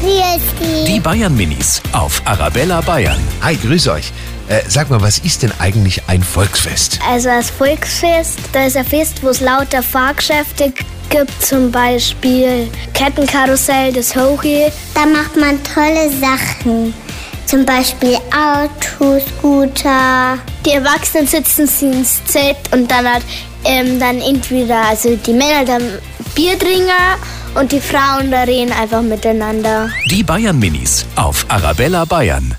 Grüß Die Bayern Minis auf Arabella Bayern. Hi, grüß euch. Äh, sag mal, was ist denn eigentlich ein Volksfest? Also das Volksfest, da ist ein Fest, wo es lauter Fahrgeschäfte g- gibt, zum Beispiel Kettenkarussell, das Hochi. Da macht man tolle Sachen. Zum Beispiel Autos, Scooter. Die Erwachsenen sitzen sie ins Zelt und dann halt ähm, dann entweder, also die Männer dann Bier trinken und die Frauen da reden einfach miteinander. Die Bayern Minis auf Arabella Bayern.